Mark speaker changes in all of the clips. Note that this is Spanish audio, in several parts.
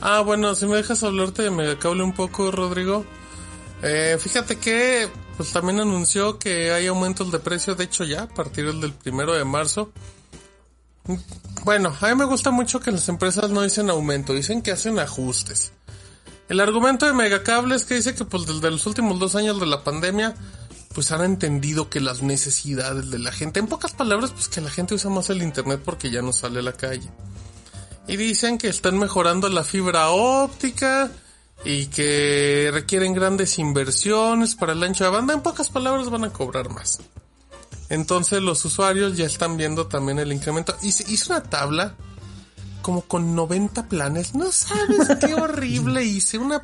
Speaker 1: Ah, bueno, si me dejas hablarte de Megacable un poco, Rodrigo. Eh, fíjate que pues también anunció que hay aumentos de precio, de hecho ya, a partir del primero de marzo. Bueno, a mí me gusta mucho que las empresas no dicen aumento, dicen que hacen ajustes. El argumento de Megacable es que dice que pues desde los últimos dos años de la pandemia, pues han entendido que las necesidades de la gente, en pocas palabras, pues que la gente usa más el internet porque ya no sale a la calle. Y dicen que están mejorando la fibra óptica y que requieren grandes inversiones para el ancho de banda. En pocas palabras van a cobrar más. Entonces los usuarios ya están viendo también el incremento. Hice una tabla como con 90 planes. No sabes qué horrible hice una...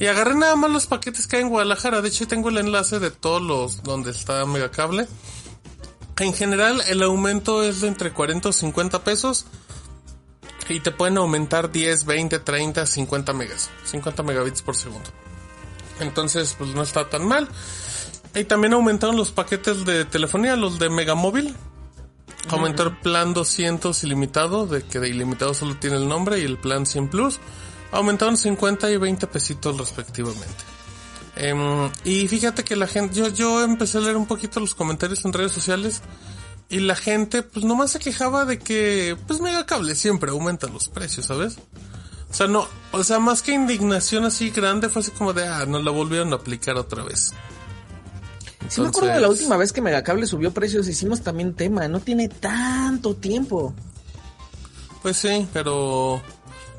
Speaker 1: Y agarré nada más los paquetes que hay en Guadalajara. De hecho tengo el enlace de todos los donde está Megacable. En general el aumento es de entre 40 y 50 pesos y te pueden aumentar 10, 20, 30, 50 megas, 50 megabits por segundo. Entonces, pues no está tan mal. Y también aumentaron los paquetes de telefonía, los de Megamóvil. Aumentó el plan 200 ilimitado, de que de ilimitado solo tiene el nombre, y el plan 100 Plus. Aumentaron 50 y 20 pesitos respectivamente. Um, y fíjate que la gente, yo, yo empecé a leer un poquito los comentarios en redes sociales. Y la gente, pues nomás se quejaba de que, pues Megacable siempre aumenta los precios, ¿sabes? O sea, no, o sea, más que indignación así grande, fue así como de, ah, nos la volvieron a aplicar otra vez.
Speaker 2: Si sí me acuerdo de la última vez que Megacable subió precios, hicimos también tema, no tiene tanto tiempo.
Speaker 1: Pues sí, pero,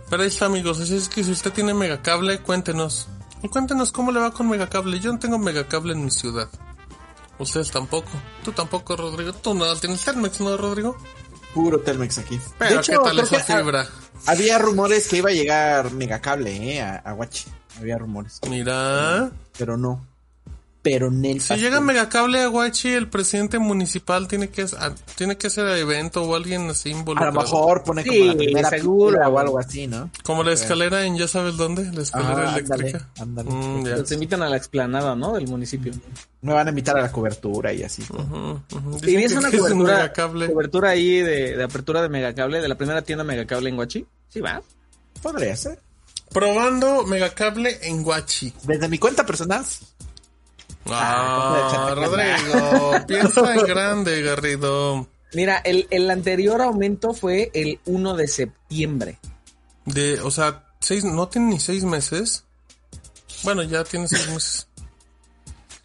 Speaker 1: pero ahí está amigos, así es que si usted tiene Megacable, cuéntenos. Y cuéntenos cómo le va con Megacable, yo no tengo Megacable en mi ciudad. Ustedes tampoco. Tú tampoco, Rodrigo. Tú no tienes Telmex, ¿no, Rodrigo?
Speaker 3: Puro Telmex aquí.
Speaker 1: Pero, de hecho, ¿qué tal esa fibra?
Speaker 3: Ha, había rumores que iba a llegar megacable, ¿eh? A, a Guachi. Había rumores.
Speaker 1: Mira.
Speaker 3: Pero no. Pero en el.
Speaker 1: Si llega megacable a Guachi, el presidente municipal tiene que, a, tiene que hacer evento o alguien así involucrado.
Speaker 3: A lo mejor pone como sí, la primera figura o algo así, ¿no?
Speaker 1: Como la escalera en ya sabes dónde, la escalera ah, eléctrica.
Speaker 2: Ándale. ándale. Mm, Se invitan a la explanada, ¿no? Del municipio
Speaker 3: me van a invitar a la cobertura y así. Uh
Speaker 2: -huh, uh -huh. ¿Y es una cobertura, es cobertura ahí de, de, apertura de Megacable, de la primera tienda Megacable en Guachi? Sí, va.
Speaker 3: Podría ser.
Speaker 1: Probando Megacable en Guachi.
Speaker 3: Desde mi cuenta personal.
Speaker 1: Ah, ah Rodrigo, piensa en grande, Garrido.
Speaker 2: Mira, el, el, anterior aumento fue el 1 de septiembre.
Speaker 1: De, o sea, seis, no tiene ni seis meses. Bueno, ya tiene seis meses.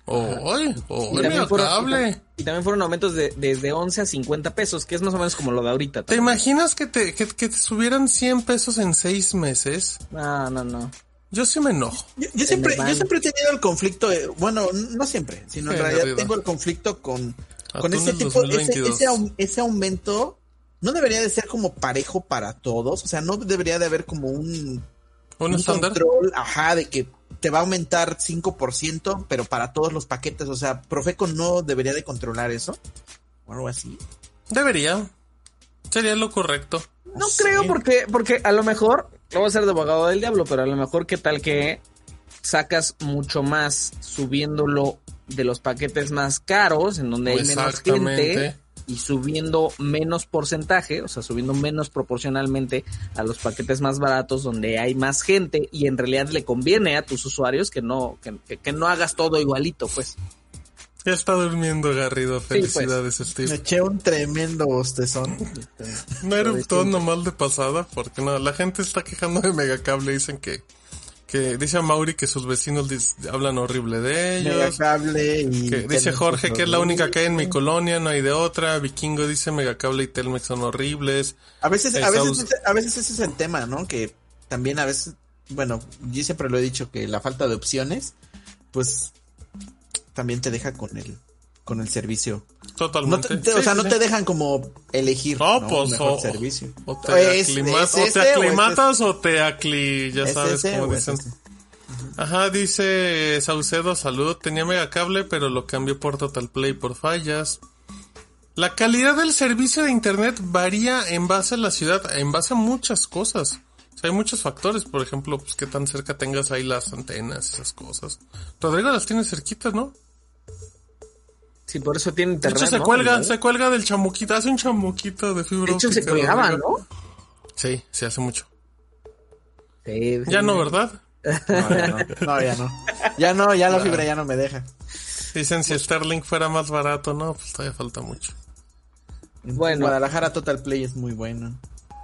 Speaker 1: Oh, oh, y, también
Speaker 2: fueron, y, también fueron aumentos de, desde 11 a 50 pesos, que es más o menos como lo de ahorita.
Speaker 1: ¿Te también. imaginas que te, que, que te, subieran 100 pesos en 6 meses?
Speaker 2: No, no, no.
Speaker 1: Yo sí me enojo.
Speaker 3: Yo, yo siempre, yo siempre he tenido el conflicto, de, bueno, no siempre, sino en realidad Ah, arriba. tengo el conflicto con, con ese tipo, ese, ese, ese aumento no debería de ser como parejo para todos, o sea, no debería de haber como un
Speaker 1: un, estándar.
Speaker 3: control, ajá, de que te va a aumentar 5%, pero para todos los paquetes, o sea, Profeco no debería de controlar eso, o algo así.
Speaker 1: Debería, sería lo correcto.
Speaker 2: No sí. creo porque, porque a lo mejor, no voy a ser de abogado del diablo, pero a lo mejor qué tal que sacas mucho más subiéndolo de los paquetes más caros, en donde hay menos gente y subiendo menos porcentaje, o sea, subiendo menos proporcionalmente a los paquetes más baratos donde hay más gente y en realidad le conviene a tus usuarios que no, que, que no hagas todo igualito, pues.
Speaker 1: Ya está durmiendo Garrido, felicidades sí, pues. Steve.
Speaker 3: Me eché un tremendo bostezón.
Speaker 1: no eruptó nomás de pasada, porque no, la gente está quejando de Megacable, dicen que que dice a Mauri que sus vecinos hablan horrible de ellos.
Speaker 3: Megacable y
Speaker 1: que dice Jorge que es la única que hay en mi colonia, no hay de otra. Vikingo dice Megacable y Telmex son horribles.
Speaker 3: A veces, a veces, a veces ese es el tema, ¿no? Que también a veces, bueno, yo siempre lo he dicho que la falta de opciones, pues también te deja con el con el servicio.
Speaker 1: Totalmente.
Speaker 3: No te, te, o sea, sí, no sí. te dejan como elegir
Speaker 1: no,
Speaker 3: ¿no?
Speaker 1: Pues,
Speaker 3: mejor
Speaker 1: o,
Speaker 3: servicio. este,
Speaker 1: O te, es, aclimas, es o te aclimatas o, es o te acli... Ya sabes cómo dicen. Ajá, dice Saucedo, salud. Tenía megacable, pero lo cambió por Total Play por fallas. La calidad del servicio de internet varía en base a la ciudad, en base a muchas cosas. O sea, hay muchos factores, por ejemplo, pues qué tan cerca tengas ahí las antenas, esas cosas. Rodrigo las tiene cerquitas, ¿no?
Speaker 2: Sí, por eso tiene internet.
Speaker 1: De hecho, se
Speaker 2: ¿no?
Speaker 1: cuelga, ¿no? se cuelga del chamuquito, hace un chamuquito de fibra.
Speaker 2: De hecho, se colgaba, ¿no?
Speaker 1: Sí, se sí, hace mucho. Sí, ya no, ¿verdad?
Speaker 3: No, ya este? no. no, ya no. Ya no, ya la fibra ya no me deja.
Speaker 1: Dicen si Starlink fuera más barato, no, pues todavía falta mucho.
Speaker 3: Bueno. Guadalajara Total Play es muy bueno.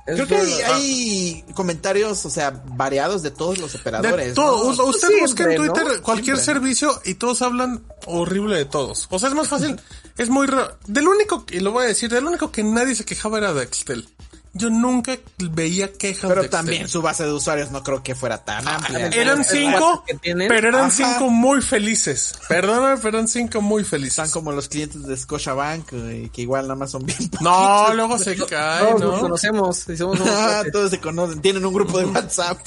Speaker 3: Es Creo que hay, hay, comentarios, o sea, variados de todos los operadores.
Speaker 1: De todo. ¿no? Usted siempre, busca en Twitter ¿no? cualquier siempre. servicio y todos hablan horrible de todos. O sea, es más fácil. es muy raro. Del único, y lo voy a decir, del único que nadie se quejaba era de Excel. Yo nunca veía quejas
Speaker 3: pero
Speaker 1: de
Speaker 3: también su base de usuarios no creo que fuera tan ah, amplia.
Speaker 1: Eran cinco, pero eran Ajá. cinco muy felices. Perdóname, pero eran cinco muy felices.
Speaker 3: Están como los clientes de Scotiabank, eh, que igual nada más son bien.
Speaker 1: Poquitos. No, luego se caen.
Speaker 2: Todos
Speaker 1: ¿no?
Speaker 2: nos conocemos. Y somos
Speaker 3: ah, todos se conocen. Tienen un grupo de WhatsApp.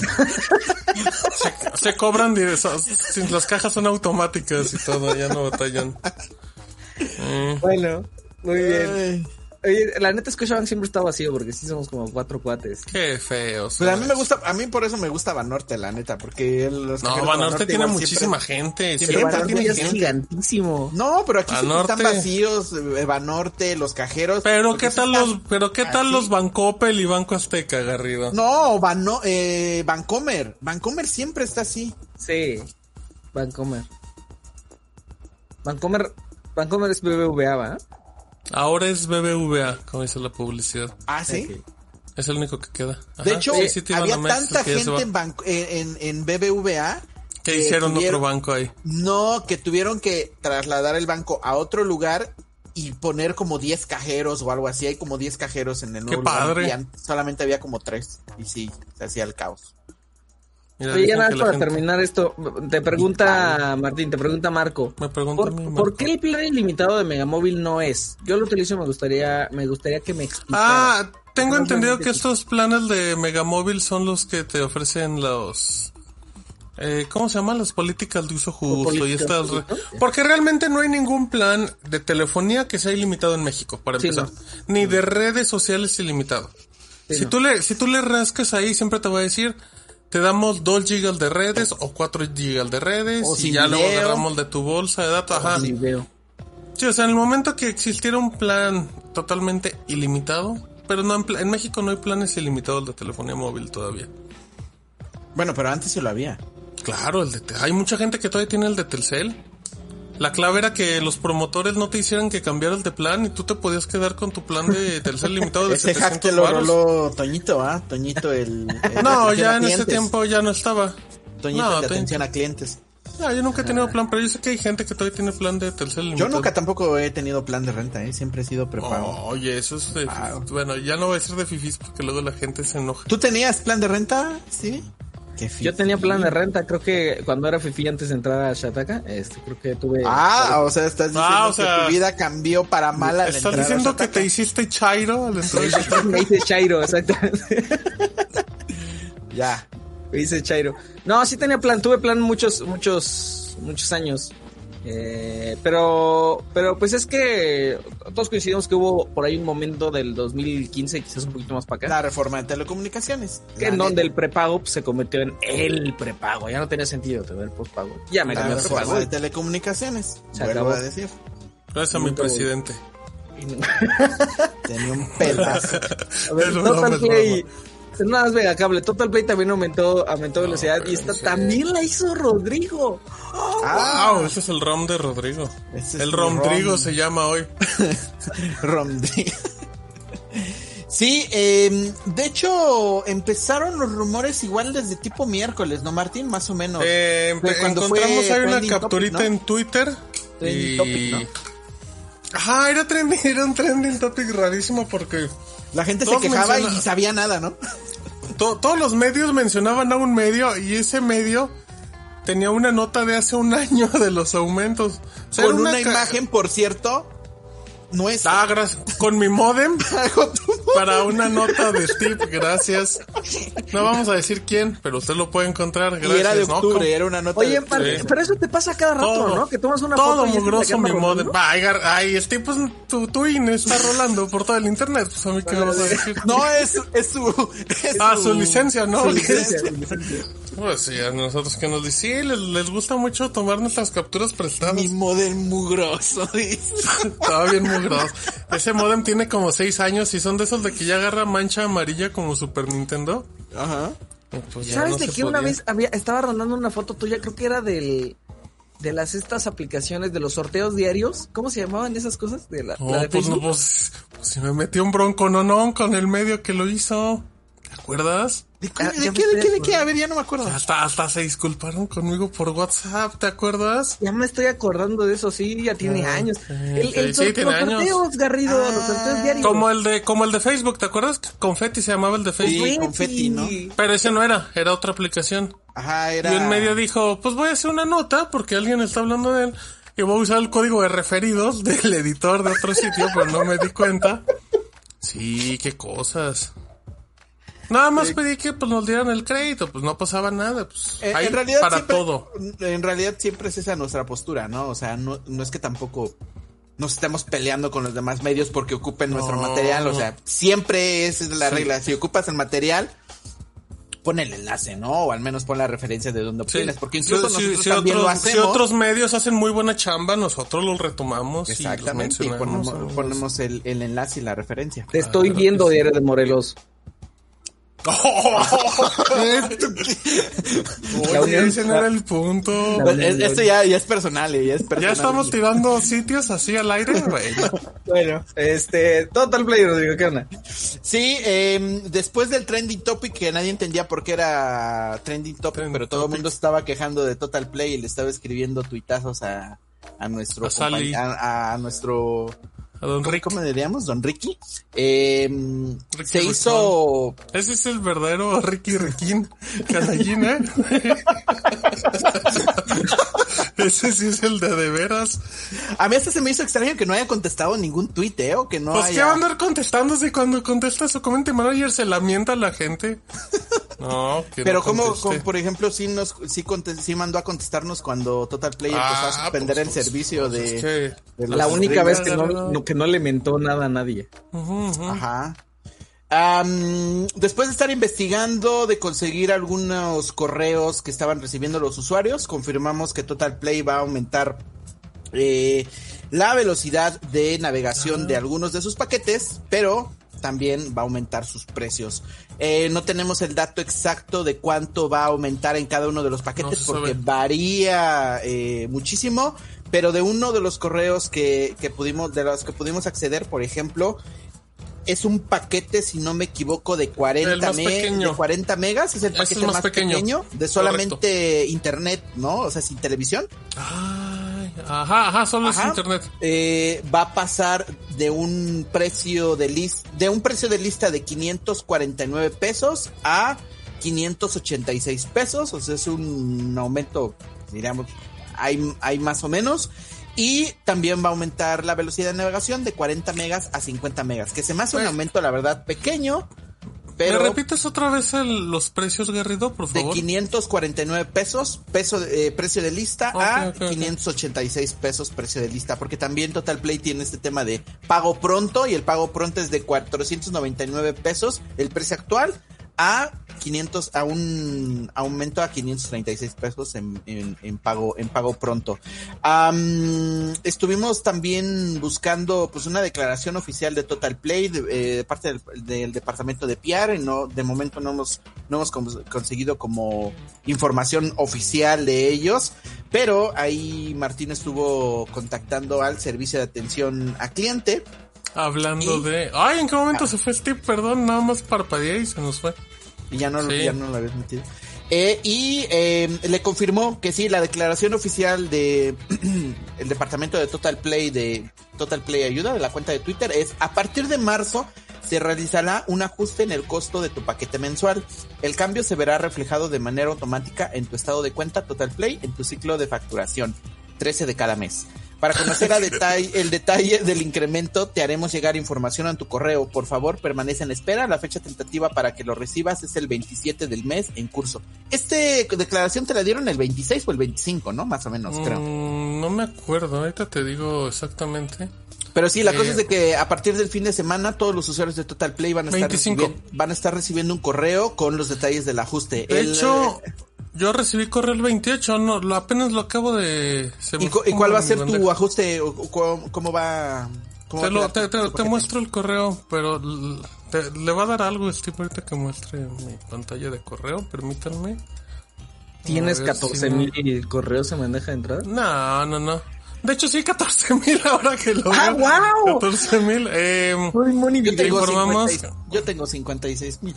Speaker 1: se, se, cobran directos. Las cajas son automáticas y todo, ya no batallan.
Speaker 2: Mm. Bueno, muy bien. Ay. Oye, la neta Scotiabank siempre está vacío porque sí somos como cuatro cuates.
Speaker 1: Qué feos.
Speaker 3: Pero a mí me gusta, a mí por eso me gusta Banorte, la neta, porque los
Speaker 1: No, Banorte, Banorte tiene muchísima gente.
Speaker 2: Siempre, siempre Banorte tiene gente. es gigantísimo.
Speaker 3: No, pero aquí Banorte. están vacíos eh, Banorte, los cajeros.
Speaker 1: Pero qué tal los pero qué tal así? los Bancopel y Banco Azteca, Garrido.
Speaker 3: No, Bano, eh, Bancomer, Bancomer siempre está así.
Speaker 2: Sí. Bancomer. Bancomer Bancomer es BBVA, ¿va?
Speaker 1: Ahora es BBVA, como dice la publicidad.
Speaker 3: Ah, sí. Okay.
Speaker 1: Es el único que queda.
Speaker 3: Ajá. De hecho, sí, sí, había tanta gente en, banco, en, en, BBVA.
Speaker 1: Que, que hicieron tuvieron, otro banco ahí.
Speaker 3: No, que tuvieron que trasladar el banco a otro lugar y poner como 10 cajeros o algo así. Hay como 10 cajeros en el nuevo
Speaker 1: Qué padre.
Speaker 3: Lugar y solamente había como 3. Y sí, se hacía el caos.
Speaker 2: Mira, Oye, ya nada para gente... terminar esto, te pregunta Martín, te pregunta Marco.
Speaker 1: Me pregunta
Speaker 2: ¿por,
Speaker 1: a mí, Marco.
Speaker 2: ¿por qué el plan ilimitado de Megamóvil no es? Yo lo utilizo, me gustaría, me gustaría que me explicara.
Speaker 1: Ah, tengo entendido que estos planes de Megamóvil son los que te ofrecen los eh, ¿Cómo se llaman las políticas de uso justo? Y estas, re... porque realmente no hay ningún plan de telefonía que sea ilimitado en México, para sí, empezar. No. Ni de redes sociales ilimitado. Sí, si, no. tú le, si tú le rascas ahí, siempre te va a decir, te damos 2 gigas de redes o 4 gigas de redes o y ya video. luego agarramos de tu bolsa de datos. Ajá. Sí, o sea, en el momento que existiera un plan totalmente ilimitado, pero no en, en, México no hay planes ilimitados de telefonía móvil todavía.
Speaker 3: Bueno, pero antes sí lo había.
Speaker 1: Claro, el de hay mucha gente que todavía tiene el de Telcel. La clave era que los promotores no te hicieran que cambiaras de plan y tú te podías quedar con tu plan de Telcel limitado de
Speaker 3: Ese hack que lo roló Toñito, ¿ah? ¿eh? Toñito el, el
Speaker 1: No, ya en ese tiempo ya no estaba.
Speaker 3: Toñito
Speaker 1: no,
Speaker 3: de atención a clientes.
Speaker 1: No, yo nunca he tenido plan, pero yo sé que hay gente que todavía tiene plan de Telcel limitado.
Speaker 3: Ah. Yo nunca tampoco he tenido plan de renta, ¿eh? Siempre he sido prepago.
Speaker 1: Oh, oye, eso es de... Ah. Bueno, ya no voy a ser de fifis porque luego la gente se enoja.
Speaker 3: ¿Tú tenías plan de renta? Sí.
Speaker 2: Yo tenía plan de renta, creo que cuando era fifi antes de entrar a Shataka, este, creo que tuve.
Speaker 3: Ah, o sea, estás diciendo ah, o sea, que tu vida cambió para mal al
Speaker 1: Estás diciendo que te hiciste chairo al entrar
Speaker 2: a Me hice chairo, exactamente.
Speaker 3: ya.
Speaker 2: Me hice chairo. No, sí tenía plan, tuve plan muchos, muchos, muchos años. Eh, pero, pero pues es que todos coincidimos que hubo por ahí un momento del 2015, quizás un poquito más para acá.
Speaker 3: La reforma de telecomunicaciones.
Speaker 2: Que en donde el prepago pues, se convirtió en el prepago. Ya no tenía sentido tener el postpago. Ya me
Speaker 3: La
Speaker 2: cambió
Speaker 3: reforma
Speaker 2: prepago.
Speaker 3: de telecomunicaciones. Se acabó. a decir.
Speaker 1: Gracias a mi presidente.
Speaker 3: tenía un pedazo.
Speaker 2: A ver, Total Play. Nada más Vega Cable. Total Play también aumentó, aumentó no, velocidad. Y esta sí. también la hizo Rodrigo.
Speaker 1: Oh, ah, wow. ese es el ROM de Rodrigo. Este el Romdrigo rom. se llama hoy.
Speaker 3: Romdrigo. sí, eh, de hecho, empezaron los rumores igual desde tipo miércoles, ¿no, Martín? Más o menos.
Speaker 1: Eh, cuando encontramos ahí una capturita topic, ¿no? en Twitter. Y... Topic, ¿no? Ajá, era, trending, era un trending topic rarísimo porque...
Speaker 3: La gente se quejaba menciona... y sabía nada, ¿no?
Speaker 1: To todos los medios mencionaban a un medio y ese medio tenía una nota de hace un año de los aumentos.
Speaker 3: O sea, con una, una imagen, por cierto, nuestra.
Speaker 1: Ah, gracias. Con mi modem. para una nota de Steve, gracias. No vamos a decir quién, pero usted lo puede encontrar. Gracias.
Speaker 3: Y era de octubre, ¿no? era una nota.
Speaker 2: Oye,
Speaker 3: de
Speaker 2: octubre. pero eso te pasa cada rato, todo, ¿no? Que tomas una
Speaker 1: todo
Speaker 2: foto.
Speaker 1: Todo mugroso mi modem. Va, ay, ay, Steve, pues tu, tu IN está rolando por todo el internet. Pues a mí qué me vas a decir.
Speaker 3: No, es, es su. Es
Speaker 1: ah, su, su, licencia, ¿no? Su licencia, su licencia. Pues sí, a nosotros que nos dicen, sí, les, les, gusta mucho tomar nuestras capturas prestadas.
Speaker 3: Mi modem mugroso, dice.
Speaker 1: Estaba bien mugroso. Ese modem tiene como 6 años y son de esos de que ya agarra mancha amarilla como Super Nintendo.
Speaker 3: Ajá.
Speaker 2: Pues ¿Sabes no de qué una vez había, estaba rondando una foto tuya? Creo que era del de las estas aplicaciones de los sorteos diarios, ¿cómo se llamaban esas cosas? De la,
Speaker 1: oh,
Speaker 2: la de
Speaker 1: pues, no, pues, pues, se me metió un bronco no no con el medio que lo hizo. ¿Te acuerdas?
Speaker 3: ¿De, qué, ah, de, qué, de, qué, de qué? A ver, ya no me acuerdo.
Speaker 1: Hasta, hasta se disculparon conmigo por WhatsApp, ¿te acuerdas?
Speaker 2: Ya me estoy acordando de eso, sí, ya tiene ah, años. Sí, el, el, sí, tiene los años. sorteos, Garrido, ah, los sorteos diarios.
Speaker 1: Como el, de, como el de Facebook, ¿te acuerdas? Confetti se llamaba el de Facebook.
Speaker 3: Sí, confetti, ¿no?
Speaker 1: Pero ese no era, era otra aplicación.
Speaker 3: Ajá, era.
Speaker 1: Y en medio dijo, pues voy a hacer una nota porque alguien está hablando de él. Y voy a usar el código de referidos del editor de otro sitio, pero no me di cuenta. Sí, qué cosas. Nada más eh, pedí que pues, nos dieran el crédito, pues no pasaba nada. Pues,
Speaker 3: Eh, en, hay en realidad
Speaker 1: para
Speaker 3: siempre,
Speaker 1: todo.
Speaker 3: En realidad siempre es esa nuestra postura, ¿no? O sea, no, no es que tampoco nos estemos peleando con los demás medios porque ocupen no, nuestro material. O sea, siempre esa es la sí. regla. Si ocupas el material, pon el enlace, ¿no? O al menos pon la referencia de donde obtienes. Sí. Porque incluso sí, nosotros también
Speaker 1: otros,
Speaker 3: lo hacemos.
Speaker 1: Si otros medios hacen muy buena chamba, nosotros los retomamos.
Speaker 3: Exactamente. Y, los y ponemos, ponemos el, el, enlace y la referencia.
Speaker 2: Te estoy ah, viendo, Diario de Morelos.
Speaker 1: Oye, ese no era el punto.
Speaker 3: Esto ya, ya, Pues, es personal, eh, ya es
Speaker 1: Ya
Speaker 3: personal.
Speaker 1: estamos tirando sitios así al aire, güey.
Speaker 2: bueno, este, Total Play, Rodrigo, ¿qué onda?
Speaker 3: Sí, eh, después del trending topic que nadie entendía por qué era trending topic, trending pero todo topic. el mundo estaba quejando de Total Play y le estaba escribiendo tuitazos a, a nuestro
Speaker 1: a,
Speaker 3: a, a nuestro
Speaker 1: a don Ricky.
Speaker 3: ¿Cómo diríamos? Don Ricky. Eh, Ricky se Rickon. hizo.
Speaker 1: Ese es el verdadero Ricky Riquín. Canallín, ¿eh? Ese sí es el de de veras.
Speaker 3: A mí hasta se me hizo extraño que no haya contestado ningún tuiteo, ¿eh? que no
Speaker 1: pues
Speaker 3: haya...
Speaker 1: que va a andar contestando si cuando contesta su comente manager se lamenta a la gente. No, que
Speaker 3: Pero
Speaker 1: no
Speaker 3: como, con, por ejemplo, sí nos, sí, sí, mandó a contestarnos cuando Total Play ah, empezó a suspender pues, el pues, servicio pues, de, es que
Speaker 2: Eh, de la única vez que no, no, que no le mentó nada a nadie.
Speaker 3: Uh -huh, uh -huh. Ajá. Um, después de estar investigando, de conseguir algunos correos que estaban recibiendo los usuarios, confirmamos que Total Play va a aumentar eh, la velocidad de navegación Ajá. de algunos de sus paquetes, pero también va a aumentar sus precios. Eh, no tenemos el dato exacto de cuánto va a aumentar en cada uno de los paquetes no porque varía eh, muchísimo, pero de uno de los correos que, que pudimos, de los que pudimos acceder, por ejemplo, es un paquete, si no me equivoco, de 40, me de 40 megas. Es el paquete es el más, más pequeño. pequeño. de solamente Correcto. internet, ¿no? O sea, sin televisión.
Speaker 1: Ay, ajá, ajá, solo ajá. es internet.
Speaker 3: Eh, va a pasar de un precio de list, de un precio de lista de 549 pesos a 586 pesos. O sea, es un aumento, digamos, hay, hay más o menos. Y también va a aumentar la velocidad de navegación de 40 megas a 50 megas, que se me hace un aumento, la verdad, pequeño. Pero
Speaker 1: ¿Me repites otra vez el, los precios, Garrido, por favor?
Speaker 3: De 549 pesos, peso de, eh, precio de lista, okay, a okay, 586 okay. pesos, precio de lista. Porque también Total Play tiene este tema de pago pronto, y el pago pronto es de 499 pesos, el precio actual, a 500 a un aumento a 536 pesos en, en, en pago en pago pronto um, estuvimos también buscando pues una declaración oficial de Total Play de, eh, de parte del, del, departamento de PR y no de momento no hemos no hemos conseguido como información oficial de ellos pero ahí Martín estuvo contactando al servicio de atención a cliente
Speaker 1: Hablando y, de. Ay, ¿en qué momento ah, se fue Steve? Perdón, nada más parpadeé y se nos fue.
Speaker 3: Y ya no, sí. ya no lo habías metido. Eh, y eh, le confirmó que sí, la declaración oficial de el departamento de Total Play de Total Play Ayuda, de la cuenta de Twitter, es a partir de marzo se realizará un ajuste en el costo de tu paquete mensual. El cambio se verá reflejado de manera automática en tu estado de cuenta Total Play en tu ciclo de facturación, 13 de cada mes. Para conocer a detalle, el detalle del incremento, te haremos llegar información a tu correo. Por favor, permanece en espera. La fecha tentativa para que lo recibas es el 27 del mes en curso. Este declaración te la dieron el 26 o el 25, ¿no? Más o menos, creo.
Speaker 1: Mm, no me acuerdo, ahorita te digo exactamente.
Speaker 3: Pero sí, la eh, cosa es de que a partir del fin de semana todos los usuarios de Total Play van a, estar, recibiendo, van a estar recibiendo un correo con los detalles del ajuste.
Speaker 1: De el, hecho,
Speaker 3: eh,
Speaker 1: yo recibí correo el 28, no, lo, apenas lo acabo de...
Speaker 3: Se ¿Y, ¿Y, cuál va a ser bandeja. tu ajuste? O, o, cómo, ¿Cómo, va...? Cómo
Speaker 1: te, va lo, te, te, te muestro el correo, pero le va a dar algo Steve ahorita que muestre mi pantalla de correo, permítanme.
Speaker 2: ¿Tienes 14 si mil no... correos en bandeja de entrada?
Speaker 1: No, no, no. De hecho, sí, 14 mil ahora que lo
Speaker 3: ¡Ah, wow!
Speaker 1: 14 mil. Eh,
Speaker 3: yo, te informamos, 56, yo tengo 56 mil.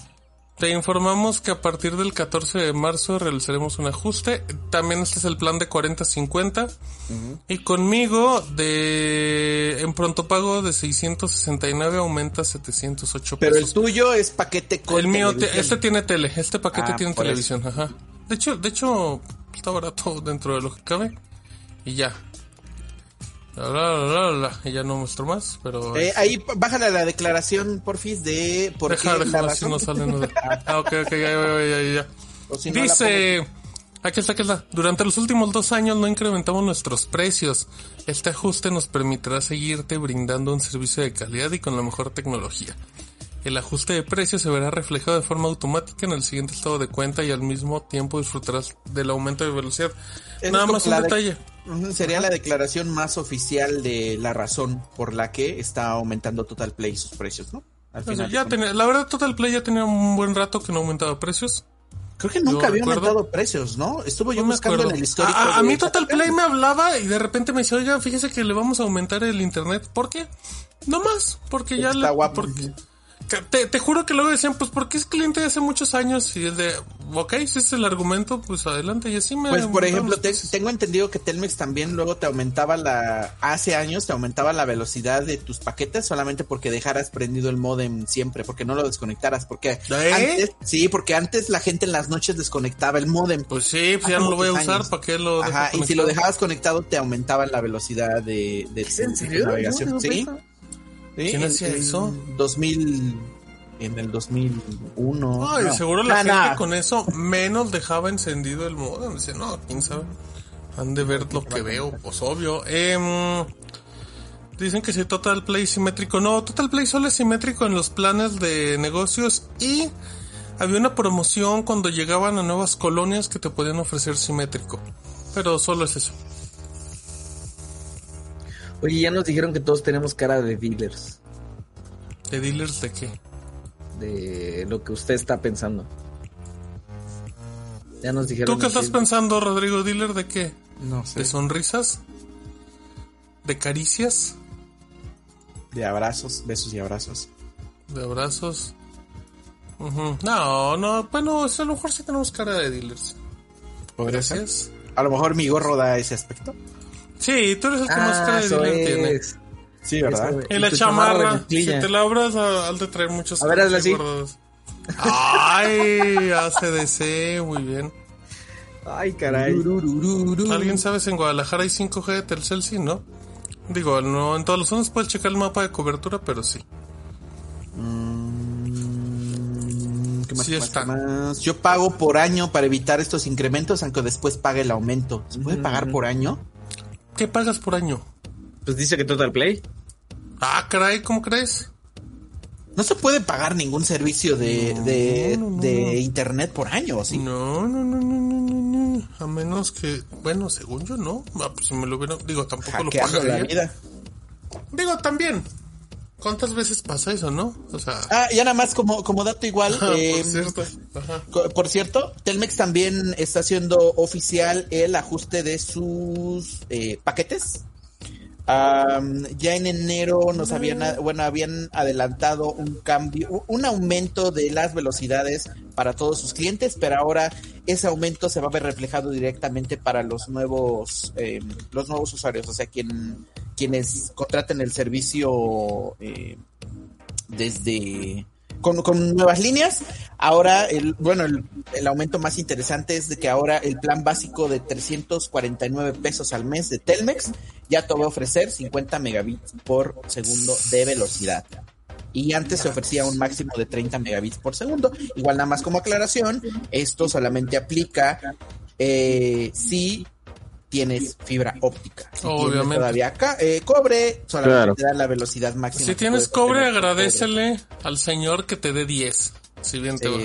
Speaker 1: Te informamos que a partir del 14 de marzo realizaremos un ajuste. También este es el plan de 40-50. Uh -huh. Y conmigo, de en pronto pago de 669 aumenta a 708 pesos.
Speaker 3: Pero el tuyo es paquete con
Speaker 1: El mío, te, este tiene tele. Este paquete ah, tiene televisión, eso. ajá. De hecho, de hecho, está barato dentro de lo que cabe. Y ya, la, la, la, y ya no muestro más, pero...
Speaker 3: Eh, ahí, bájale la declaración, porfis, de... Por
Speaker 1: deja, deja, la si no sale no, Ah, ok, ok, ya, ya, ya, ya. Si Dice... No aquí está, aquí está. Durante los últimos dos años no incrementamos nuestros precios. Este ajuste nos permitirá seguirte brindando un servicio de calidad y con la mejor tecnología. El ajuste de precios se verá reflejado de forma automática en el siguiente estado de cuenta y al mismo tiempo disfrutarás del aumento de velocidad. Es Nada más un detalle.
Speaker 3: Sería la declaración más oficial de la razón por la que está aumentando Total Play sus precios, ¿no?
Speaker 1: Al final ya tenía, la verdad, Total Play ya tenía un buen rato que no aumentaba precios.
Speaker 3: Creo que nunca yo había recuerdo. aumentado precios, ¿no? Estuvo yo no buscando en el histórico.
Speaker 1: Ah, A, a mí Total Play me hablaba y de repente me decía, oiga, fíjese que le vamos a aumentar el internet. ¿Por qué? No más, porque, porque ya
Speaker 3: está
Speaker 1: le,
Speaker 3: guapo.
Speaker 1: Porque, te, te, juro que luego decían, pues porque es cliente de hace muchos años y el de, ok, si es el argumento, pues adelante y así me...
Speaker 3: Pues por ejemplo, te, tengo entendido que Telmex también luego te aumentaba la, hace años te aumentaba la velocidad de tus paquetes solamente porque dejaras prendido el modem siempre, porque no lo desconectaras, porque
Speaker 1: ¿Eh?
Speaker 3: antes, sí, porque antes la gente en las noches desconectaba el modem.
Speaker 1: Pues sí, pues ya no lo voy a usar, años. ¿para qué lo...
Speaker 3: Ajá, y si lo dejabas conectado te aumentaban la velocidad de, de, de, de navegación, no, ¿sí? Pesa.
Speaker 1: Sí, ¿Quién hacía eso?
Speaker 3: 2000 en el 2001.
Speaker 1: Ay, no. seguro la nah, gente nah. con eso menos dejaba encendido el modem. Dice, no, quién sabe. Han de ver lo que veo, pues obvio. Eh, dicen que si sí, Total Play simétrico. No, Total Play solo es simétrico en los planes de negocios y había una promoción cuando llegaban a nuevas colonias que te podían ofrecer simétrico. Pero solo es eso.
Speaker 2: Oye, ya nos dijeron que todos tenemos cara de dealers.
Speaker 1: ¿De dealers de qué?
Speaker 2: De lo que usted está pensando. Ya nos dijeron.
Speaker 1: ¿Tú qué estás dealer. pensando, Rodrigo? ¿Dealer de qué?
Speaker 3: No sé.
Speaker 1: ¿De sonrisas? ¿De caricias?
Speaker 3: De abrazos, besos y abrazos.
Speaker 1: ¿De abrazos? Uh -huh. No, no, bueno, a lo mejor sí tenemos cara de dealers.
Speaker 3: ¿Podría ser? A lo mejor mi gorro da ese aspecto.
Speaker 1: Sí, tú eres el que más ah, cara de tiene.
Speaker 3: Sí, ¿verdad?
Speaker 1: Y la chamarra, chamarra si te la abras, ah, al de traer muchos
Speaker 2: A ver, hazla así.
Speaker 1: Ay, ACDC, muy bien.
Speaker 2: Ay, caray. Mm.
Speaker 1: ¿Alguien sabe si en Guadalajara hay 5G de Telcel? Sí, ¿no? Digo, no en todos los zonas puedes checar el mapa de cobertura, pero sí.
Speaker 3: mm, ¿Qué más, sí más, está. Más? Yo pago por año para evitar estos incrementos, aunque después pague el aumento. ¿Se puede mm. pagar por año?
Speaker 1: ¿Qué pagas por año?
Speaker 2: Pues dice que Total Play.
Speaker 1: Ah, caray, ¿cómo crees?
Speaker 3: No se puede pagar ningún servicio de, no, de, no, no, de internet por año, ¿sí?
Speaker 1: No, no, no, no, no, no, A menos que, bueno, según yo no. Ah, pues si me lo hubiera, digo, tampoco
Speaker 3: Hackeando
Speaker 1: lo pago.
Speaker 3: la vida.
Speaker 1: Digo, también. ¿Cuántas veces pasa eso, no? O sea.
Speaker 3: Ah, ya nada más como, como dato igual. eh,
Speaker 1: Ah, por cierto. Ajá.
Speaker 3: Por cierto, Telmex también está haciendo oficial el ajuste de sus eh, paquetes. Um, ya en enero nos habían, bueno, habían adelantado un cambio, un aumento de las velocidades para todos sus clientes, pero ahora ese aumento se va a ver reflejado directamente para los nuevos, eh, los nuevos usuarios, o sea, quien, quienes contraten el servicio eh, desde con, con, nuevas líneas. Ahora, el, bueno, el, el, aumento más interesante es de que ahora el plan básico de 349 pesos al mes de Telmex ya te va a ofrecer 50 megabits por segundo de velocidad. Y antes se ofrecía un máximo de 30 megabits por segundo. Igual nada más como aclaración, esto solamente aplica eh, si tienes fibra óptica. Si Obviamente. todavía acá, eh, cobre, solamente claro. te da la velocidad máxima.
Speaker 1: Si tienes cobre, agradecele cobre. al señor que te dé 10, si bien sí. te va.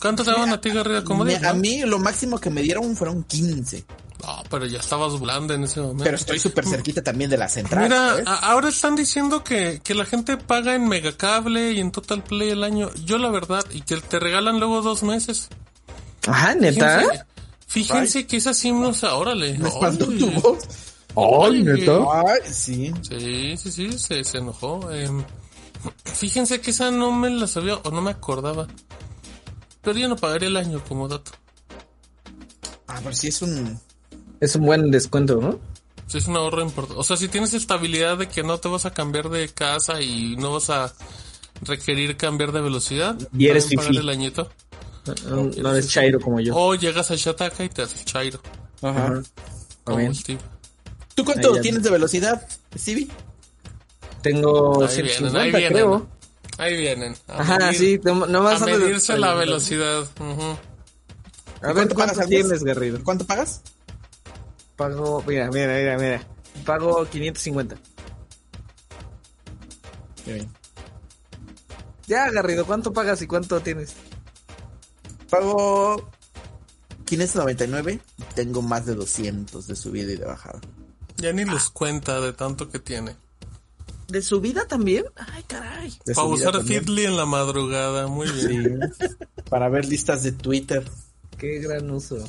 Speaker 1: ¿Cuánto te daban a ti, Garrido?
Speaker 3: Como A mí lo máximo que me dieron fueron 15.
Speaker 1: No, pero ya estabas volando en ese momento.
Speaker 3: Pero estoy súper cerquita también de la central.
Speaker 1: pues, mm. Mira, ah, ¿sabes? ahora están diciendo que, que la gente paga en Megacable y en Total Play el año. Yo la verdad, y que te regalan luego dos meses.
Speaker 2: Ajá, neta.
Speaker 1: Fíjense, Fíjense right. que esa sí no se órale.
Speaker 3: Me espantó tu voz.
Speaker 4: Ay, neta.
Speaker 3: Ay, sí.
Speaker 1: Sí, sí, sí, se, se enojó. Eh, fíjense que esa no me la sabía o no me acordaba. Pero yo no pagaré el año como dato.
Speaker 3: Ah, pero sí es un.
Speaker 2: Es un buen descuento, ¿no?
Speaker 1: Sí, es un ahorro importante. O sea, si tienes estabilidad de que no te vas a cambiar de casa y no vas a requerir cambiar de velocidad,
Speaker 2: y eres pagar
Speaker 1: el añito.
Speaker 2: No, no eres chairo como yo.
Speaker 1: O llegas a Shataka y te haces chairo.
Speaker 3: Ajá. Como Steve. ¿Tú cuánto ahí tienes de velocidad, Stevie?
Speaker 2: Tengo ahí 150, vienen, ahí creo.
Speaker 1: Vienen. Ahí vienen.
Speaker 2: A Ajá, medir, sí, nomás
Speaker 1: a medirse la velocidad. Uh -huh.
Speaker 2: A ver, ¿cuánto, ¿cuánto tienes, Garrido?
Speaker 3: ¿Cuánto pagas?
Speaker 2: Pago, mira, mira, mira, mira. Pago 550. Qué bien. Ya, Garrido, ¿cuánto pagas y cuánto tienes?
Speaker 3: pago 599 tengo más de 200 de subida y de bajada.
Speaker 1: Ya ni ah. les cuenta de tanto que tiene.
Speaker 2: ¿De subida también? Ay, caray.
Speaker 1: Para usar Fitly en la madrugada, muy bien.
Speaker 3: Sí. Para ver listas de Twitter.
Speaker 2: Qué gran uso.